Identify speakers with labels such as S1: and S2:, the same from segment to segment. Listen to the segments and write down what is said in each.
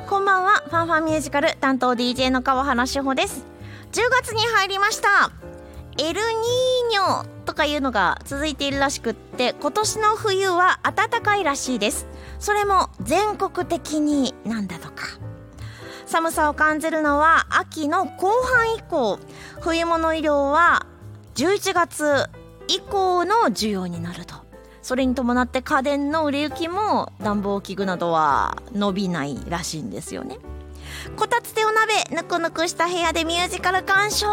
S1: ンファンミュージカル担当 DJ の川原志保です10月に入りましたエルニーニョとかいうのが続いているらしくって今年の冬は暖かいらしいですそれも全国的になんだとか寒さを感じるのは秋の後半以降冬物衣料は11月以降の需要になるとそれに伴って家電の売れ行きも暖房器具などは伸びないらしいんですよねこたつでお鍋ぬくぬくした部屋でミュージカル鑑賞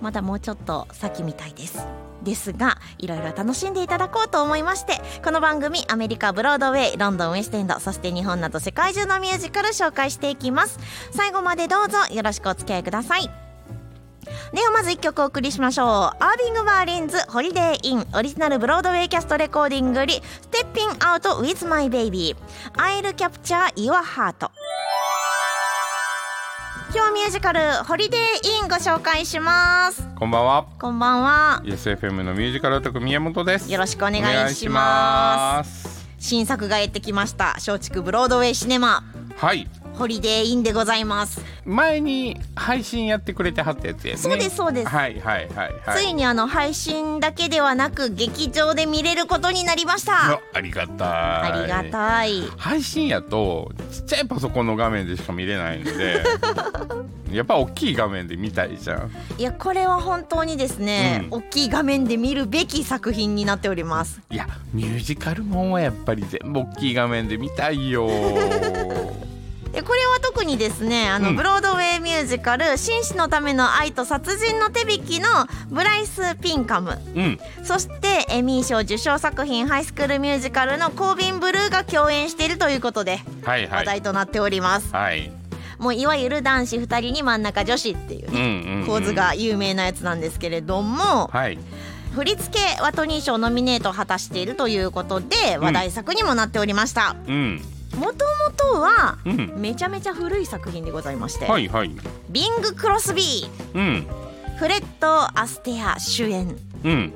S1: まだもうちょっと先みたいですですがいろいろ楽しんでいただこうと思いましてこの番組アメリカブロードウェイロンドンウェストエンドそして日本など世界中のミュージカル紹介していきます最後までどうぞよろしくお付き合いくださいではまず一曲お送りしましょうアービング・バーリンズ「ホリデー・イン」オリジナルブロードウェイキャストレコーディングより「ステッピン・アウト・ウィズ・マイ・ベイビー」「I'll Capture Your Heart」今日ミュージカル「ホリデー・イン」ご紹介します
S2: こんばんは。
S1: こんばんは
S2: SFM のミュージカルオタク宮本です。
S1: よろしくお願いします
S2: す。
S1: 新作がやってきました松竹ブロードウェイシネマ
S2: はい。
S1: ホリデーインでございます、
S2: 前に配信やってくれてはったやつやね。
S1: そうですそうです
S2: はいはいはいは
S1: つ
S2: い。
S1: いにあの配信だけではなく劇場で見れることになりました
S2: のありがたい。
S1: ありが
S2: い。
S1: たい
S2: 配信やとちっちゃいパソコンの画面でしか見れないの でやっぱ大きい画面で見たいじゃん
S1: いやこれは本当にですね、
S2: う
S1: 大きい画面で見るべき作品になっております
S2: いやミュージカルもんはやっぱり全部大きい画面で見た いよ
S1: でこれは特にですねあの、
S2: うん
S1: ブロードウェイミュージカル「紳士のための愛と殺人の手引き」のブライス・ピンカム
S2: うん
S1: そしてエミー賞受賞作品「ハイスクールミュージカル」のコービン・ブルーが共演しているということで
S2: はいは
S1: 話題
S2: い
S1: となっております、
S2: はい
S1: もういわゆる男子2人に真ん中女子っていう
S2: うん
S1: ね、
S2: うん、うん、
S1: 構図が有名なやつなんですけれども、
S2: はい
S1: 振り付けはトニー賞ノミネートを果たしているということで
S2: ん
S1: 話題作にもなっておりました
S2: うん
S1: もともとは
S2: うん
S1: めちゃめちゃ古い作品でございまして、
S2: はいはい
S1: ビング・クロスビー
S2: うん
S1: フレッド・アステア主演
S2: うん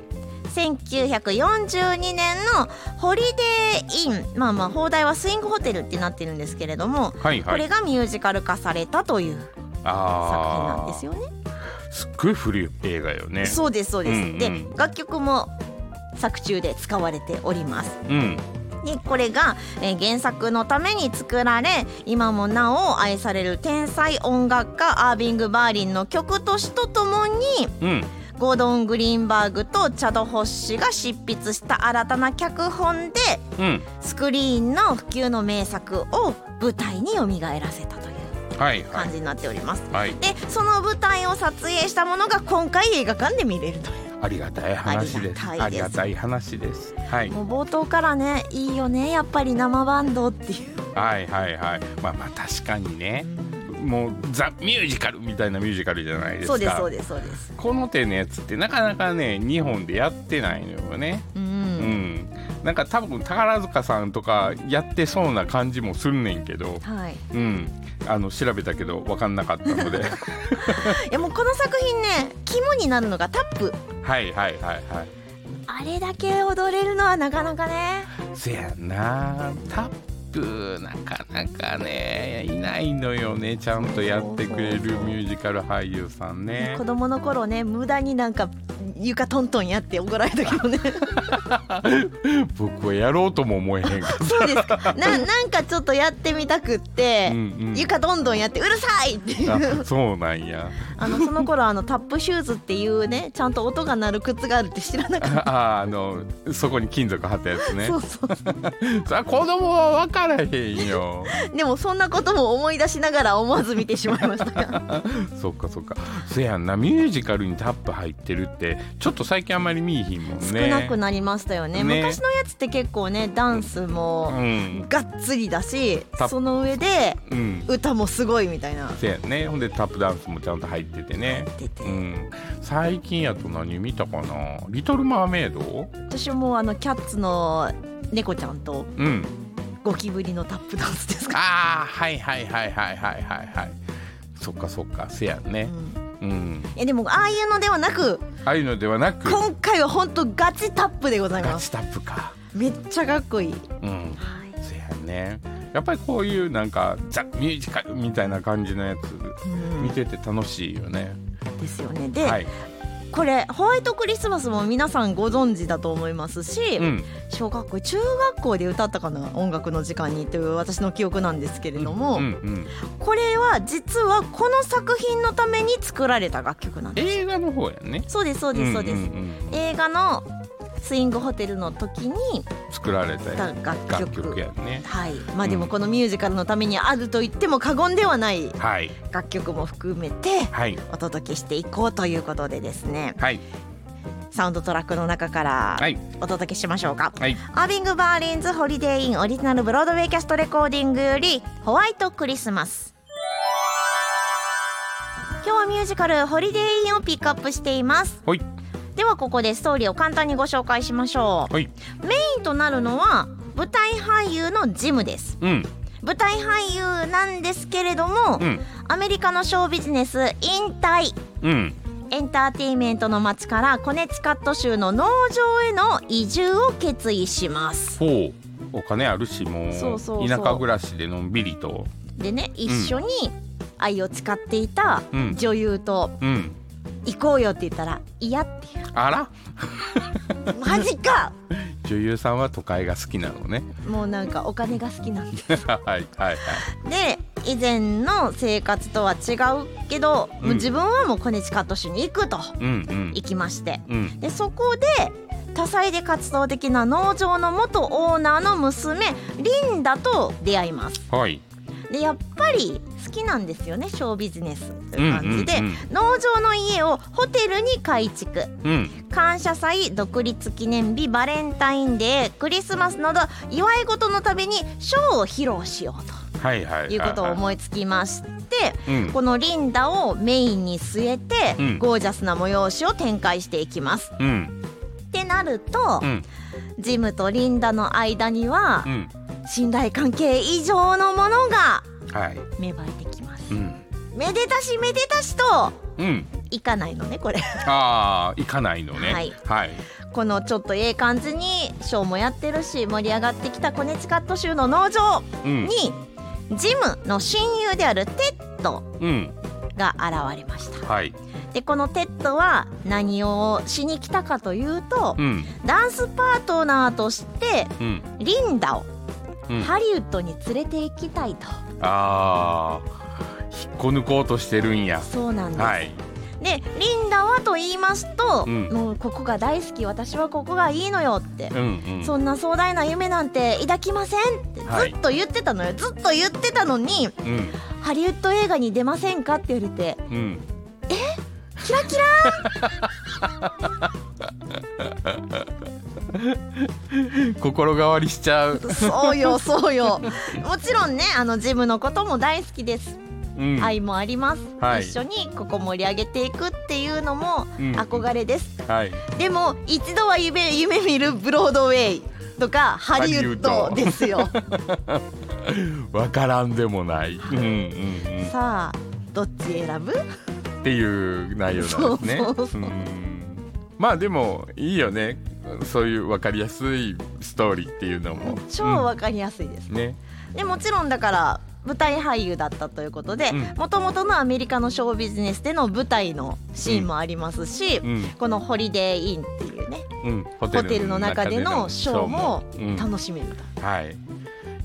S1: 1942年のホリデー・インまあまあ放題はスイングホテルってなってるんですけれども、
S2: はいはい
S1: これがミュージカル化されたという作品
S2: あ
S1: なん
S2: あ
S1: ですよね。
S2: すっごい古い映画よね
S1: そうですそうです。
S2: うんうん
S1: で楽曲も作中で使われております。
S2: うん
S1: でこれが、えー原作のために作られ今もなお愛される天才音楽家アービング・バーリンの曲としとともに
S2: うん
S1: ゴードン・グリーンバーグとチャド・ホッシュが執筆した新たな脚本で
S2: うん
S1: スクリーンの普及の名作を舞台によみがえらせたという
S2: はいは
S1: 感
S2: い
S1: じになっております。
S2: はい
S1: でその舞台を撮影したものが今回映画館で見れるという。
S2: ありがたい話です
S1: あ
S2: あ
S1: り
S2: り
S1: が
S2: が
S1: た
S2: たい話ですはい
S1: もう冒頭からねいいよねやっぱり生バンドっていう
S2: はいはいはいまあまあ確かにねもうザ・ミュージカルみたいなミュージカルじゃないですか
S1: そうですそうですそうです
S2: この手のやつってなかなかね日本でやってないのよね
S1: う、
S2: うんんなんか多分宝塚さんとかやってそうな感じもすんねんけど
S1: はい、い
S2: うんあの調べたけど分かんなかった ので
S1: やもうこの作品ね肝になるのがタップ
S2: はいはいはいはい
S1: あれだけ踊れるのはなかなかね
S2: せやなタップなかなかねいないのよねちゃんとやってくれるミュージカル俳優さんね
S1: 子供の頃ね無駄になんか床トントンやって怒られたけど ね
S2: 僕はやろうとも思えへんかっ
S1: そうですかななんかちょっとやってみたくって、
S2: た、うんうん
S1: 床どんどんやってうるさいっていう
S2: あそうなんや
S1: あのその頃あのタップシューズっていうねちゃんと音が鳴る靴があるって知らなかっ
S2: ああのそこに金属貼ったやつ
S1: た、
S2: ね
S1: そうそう
S2: さ子供は分からへんよ
S1: でもそんなことも思い出しながら思わず見てしまいました が
S2: そっかそっかせやんなミュージカルにタップ入ってるってちょっと最近あんまり見えひんもんね
S1: 少なくなりましたよね
S2: ね
S1: 昔のやつって結構ねダンス
S2: う
S1: も
S2: ん
S1: がっつりだし、
S2: た
S1: その上で
S2: うん
S1: 歌もすごいみたいな
S2: せやねほんでタップダンスもちゃんと入っててね
S1: 出て、
S2: うん、最近やと何見たかな「リトル・マーメイド
S1: 私もあのキャッツの猫ちゃんと」
S2: うん
S1: ゴキブリのタップダンスですか、
S2: ああはいはいはいはいはいはいはいそっかそっかせや
S1: う
S2: ね
S1: ん、
S2: うん
S1: えでもああいうのではなく
S2: ああいうのではなく
S1: 今回は本当ガチタップでござい
S2: ガ
S1: ます
S2: チタップか
S1: めっちゃかっこいい、
S2: うんせやねやっぱりこういうなんかザ・ミュージカルみたいな感じのやつ
S1: うん
S2: 見てて楽しいよね、
S1: ですよねで、
S2: はい、
S1: これホワイトクリスマスも皆さんご存知だと思いますし、
S2: うん、
S1: 小学校中学校で歌ったかな音楽の時間にという私の記憶なんですけれども、
S2: うんうん、
S1: これは実はこの作品のために作られた楽曲なんです
S2: 映画の方やね
S1: そうですそうですそうです、
S2: んんん
S1: 映画のスイングホテルの時に
S2: 作られた
S1: 歌った楽
S2: 楽
S1: 曲
S2: 曲やね
S1: はいまあ
S2: うん
S1: でもこのミュージカルのためにあると言っても過言ではない
S2: はい
S1: 楽曲も含めて
S2: はい
S1: お届けしていこうということでですね
S2: はい
S1: サウンドトラックの中から
S2: はい
S1: お届けしましょうか、
S2: はい
S1: アービング・バーリンズ・ホリデー・インオリジナルブロードウェイキャストレコーディングよりホワイト・クリスマス今日はミュージカル「ホリデー・イン」をピックアップしています
S2: ほい
S1: ではここでストーリーを簡単にご紹介しましょ
S2: ほいう
S1: メインとなるのは舞台俳優のジムです
S2: うん
S1: 舞台俳優なんですけれども、
S2: うん
S1: アメリカのショービジネス引退
S2: うん
S1: エンターテインメントの街からコネチカット州の農場への移住を決意します
S2: ほうお金あるしもう
S1: そうそうそ
S2: 田
S1: う
S2: 舎暮らしでのんびりと
S1: でね一緒に愛を誓っていた
S2: うん
S1: 女優と
S2: うん
S1: 行こうよって言ったら嫌って
S2: あら
S1: いうマジか
S2: 女優さんは都会が好きなの ね
S1: もうなんかお金が好きなんで
S2: はいはいはい
S1: で以前の生活とは違うけど、もううん自分はもうコネチカット州に行くと
S2: うん
S1: 行きまして
S2: うんうん
S1: でそこで多彩で活動的な農場の元オーナーの娘リンダと出会います
S2: はい
S1: でやっぱり好きなんですよねショービジネスという感じで、
S2: うんうん
S1: 農場の家をホテルに改築
S2: うん
S1: 感謝祭独立記念日バレンタインデークリスマスなど祝い事のためにショーを披露しよう
S2: はいはいは
S1: と
S2: い
S1: いうことを思いつきまして、
S2: うん
S1: このリンダをメインに据えて、
S2: うん
S1: ゴージャスな催しを展開していきます。
S2: うん
S1: ってなると、
S2: うん
S1: ジムとリンダの間には
S2: うん
S1: 信頼関係以上のものが
S2: はい
S1: 芽生えてきます。
S2: うん
S1: めでたしめでたしと
S2: うん
S1: いかないのねこれ
S2: ああ行かないのね
S1: はい
S2: はい
S1: このちょっとええ感じにショーもやってるし盛り上がってきたコネチカット州の農場
S2: うん
S1: にジムの親友であるテッド
S2: うん
S1: が現れました
S2: はい
S1: でこのテッドは何をしに来たかというと
S2: うん
S1: ダンスパートナーとして
S2: うん
S1: リンダを
S2: うん
S1: ハリウッドに連れて行きたいと、
S2: あー引っこ抜こうとしてるんや
S1: そうなんです、
S2: はい
S1: でリンダはと言いますと、
S2: うん
S1: もうここが大好き私はここがいいのよって
S2: うんうん
S1: そんな壮大な夢なんて抱きませんって
S2: はい
S1: ずっと言ってたのよ、ずっと言ってたのに
S2: うん
S1: ハリウッド映画に出ませんかって言われて
S2: うん
S1: キラキラ
S2: 心変わりしちゃう、
S1: そう よそうよもちろんねあのジムのことも大好きです、
S2: うん、
S1: 愛もあります、
S2: はい
S1: 一緒にここ盛り上げていくっていうのも
S2: うん
S1: 憧れです、
S2: はい
S1: でも一度は夢夢見るブロードウェイとかハリウッドですよ
S2: わからんでもない、うんうんうん、
S1: さあどっち選ぶ
S2: っていう内容なんですね
S1: そうそうそう
S2: うんまあでもいいよねそういうわかりやすいストーリーっていうのも
S1: 超
S2: うん
S1: わかりやすいです、
S2: ね
S1: でもちろんだから舞台俳優だったということで
S2: うん
S1: もともとのアメリカのショービジネスでの舞台のシーンもありますし、
S2: うん
S1: この「ホリデーイン」っていうね
S2: うん、ホ
S1: ホテルの中でのショーも
S2: ショーもうん
S1: 楽しめると、
S2: はい。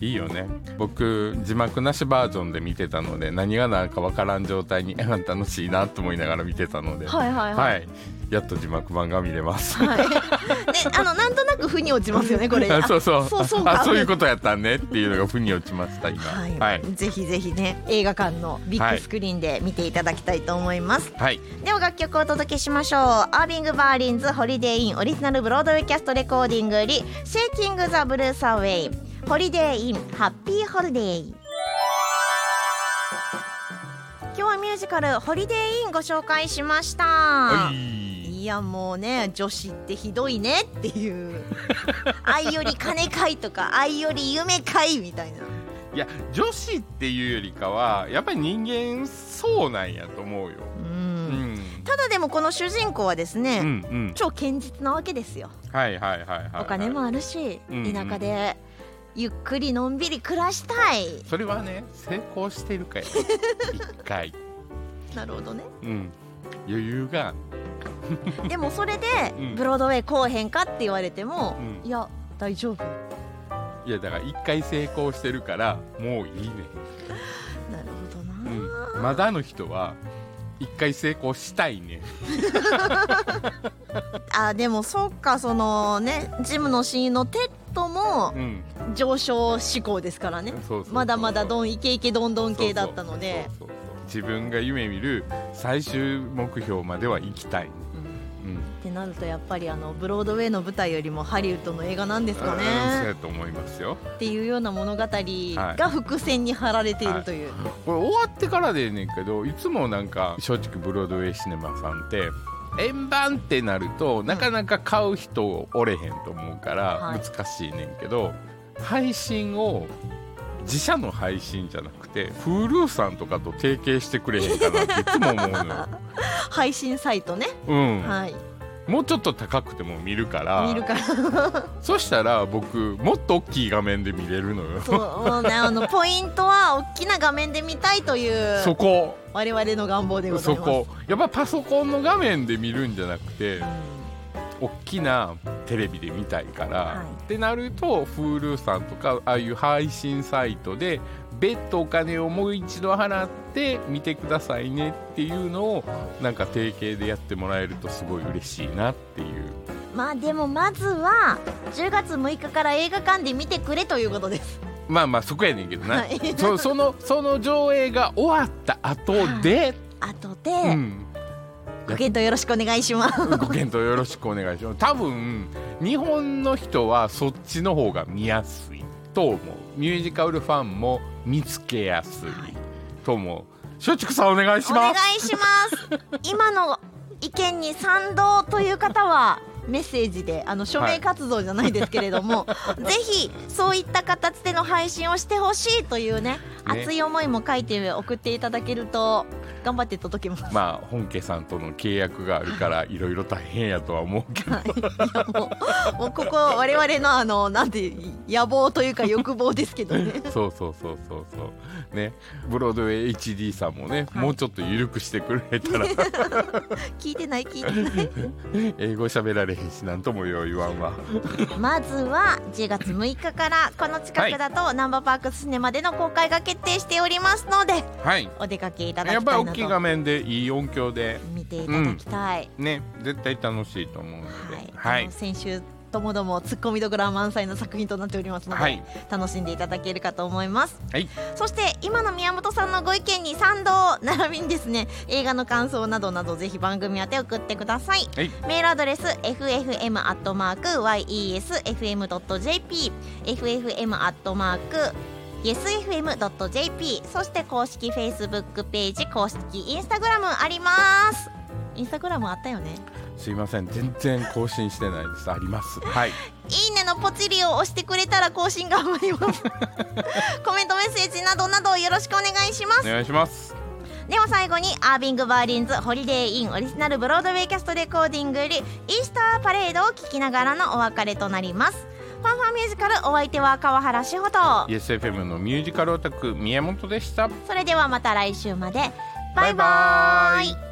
S2: いいよね僕字幕なしバージョンで見てたので何がなんかわからん状態に 楽しいなと思いながら見てたので、は
S1: はいはい
S2: い
S1: はい、
S2: やっと字幕版が見れます。
S1: はい ね、あのなんとなく腑に落ちますよねこれ
S2: あそうそう
S1: あそうそうか
S2: あそういうことやったんねっていうのが腑に落ちました今。
S1: は、
S2: はいい、はい
S1: ぜひぜひね映画館のビッグスクリーンで見ていただきたいと思います、では楽曲をお届けしましょうアービング・バーリンズ・ホリデー・インオリジナルブロードウェイキャストレコーディングより「シェイキング・ザ・ブルース・アウェイ」「ホリデー・イン・ハッピー・ホリデー・イン」今日はミュージカル「ホリデー・イン」ご紹介しました、
S2: はい
S1: いやもうね女子ってひどいねっていう愛より金かいと か愛より夢かいみたいない
S2: や女子っていうよりかはやっぱり人間そうなんやと思うよ。
S1: う
S2: うんん、
S1: ただでもこの主人公はですね、
S2: うん、うん、
S1: 超堅実なわけですよ、
S2: はいはいはいはい、はい。
S1: お金もあるし、
S2: うんうん
S1: 田舎でゆっくりのんびり暮らしたい
S2: それはね成功して るから一回、
S1: なるほどね
S2: うん、余裕が
S1: でもそれで
S2: うん
S1: ブロードウェイこうへんかって言われても、
S2: うん
S1: いや大丈夫
S2: いやだから一回成功してるからもういいね、
S1: なるほど
S2: う
S1: な、
S2: ん、まだの人は一回成功したいね
S1: あでもそっかそのねジムの親友のテッドも
S2: うん
S1: 上昇志向ですからね
S2: そうそうそう
S1: まだまだどんイケイケどんどん系だったので
S2: そうそうそうそう自分が夢見る最終目標までは行きたいね、うん
S1: ってなるとやっぱりあのブロードウェイの舞台よりもハリウッドの映画なんですか
S2: うんそう
S1: ね
S2: やと思いますよ
S1: っていうような物語
S2: は
S1: が伏線に貼られているという、
S2: これ終わってからでええねんけどいつもなんか松竹ブロードウェイシネマさんって円盤ってなるとなかなか買う人おれへんと思うか
S1: は
S2: ら
S1: い
S2: 難しいねんけど、配信を自社の配信じゃなくて Hulu さんとかと提携してくれへんかなっていつも思う
S1: 配信サイトね、
S2: のよ、うん
S1: はい
S2: もうちょっと高くても見るから
S1: 見るから
S2: そしたら僕もっと大きい画面で見れるのよ
S1: そうもうねあのポイントは大きな画面で見たいという
S2: そこ
S1: 我々の願望でござ
S2: そ
S1: います
S2: こやっぱパソコンの画面で見るんじゃなくて大きなテレビで見たいから、
S1: はい
S2: ってなると Hulu さんとかああいう配信サイトで別途お金をもう一度払って見てくださいねっていうのをなんか提携でやってもらえるとすごい嬉しいなっていう
S1: まあでもまずは10月6日から映画館で見てくれということです
S2: まあまあそこやねんけどな、
S1: はい
S2: そそのその上映が終わった後で、
S1: あとで、
S2: うん
S1: ご検討よろしくお願いします
S2: ご検討よろしくお願いします多分日本の人はそっちの方が見やすいと思うミュージカルファンも見つけやすいと思う松竹さんお願いし
S1: お願
S2: ます
S1: いし ます今の意見に賛同という方はメッセージであの署名活動じゃないですけれども、ぜひそういった形での配信をしてほしいというね熱い思いも書いて送っていただけると頑張って届けます
S2: まあ本家さんとの契約があるからいろいろ大変やとは思うけど
S1: い やもうもうここ我々のあのなんて野望というか欲望ですけどね
S2: そうそうそうそうそうねブロードウェイ HD さんもね、
S1: はい
S2: もうちょっと緩くしてくれた ら
S1: 聞いてない聞いて ない
S2: 英語喋られへんしなんともよう言わんわ
S1: まずは10月6日からこの近くだと、ナンバーパークスネマでの公開が決定しておりますので
S2: はい
S1: お出かけいただ
S2: やっ
S1: きた
S2: ぱり
S1: い
S2: 大
S1: な
S2: きい画
S1: と
S2: 面でいい音響で
S1: 見ていただきたい、
S2: ね絶対楽しいと思うの
S1: は、
S2: ではい
S1: あ
S2: い
S1: の、先週ともどもツッコミどころ満載の作品となっておりますので、
S2: はい
S1: 楽しんでいただけるかと思います
S2: はい
S1: そして今の宮本さんのご意見に賛同並びにですね映画の感想などなどぜひ番組宛て送ってください
S2: はい
S1: メールアドレス ffm.yesfm.jp ffm.yesfm.jp そして公式 Facebook ページ公式 Instagram ありますインスタグラムあったよね
S2: すいません全然更新してないですあり ますはい
S1: いいねのポチリを押してくれたら更新頑張り ますコメントメッセージなどなどよろしくお願いします
S2: お願いします
S1: では最後にアービング・バーリンズホリデー・インオリジナルブロードウェイキャストレコーディングよりイースターパレードを聞きながらのお別れとなりますファンファンミュージカルお相手は川原志穂と
S2: YesFM のミュージカルオタク宮本でした
S1: それではまた来週までバイバ
S2: バイバ
S1: イ
S2: イ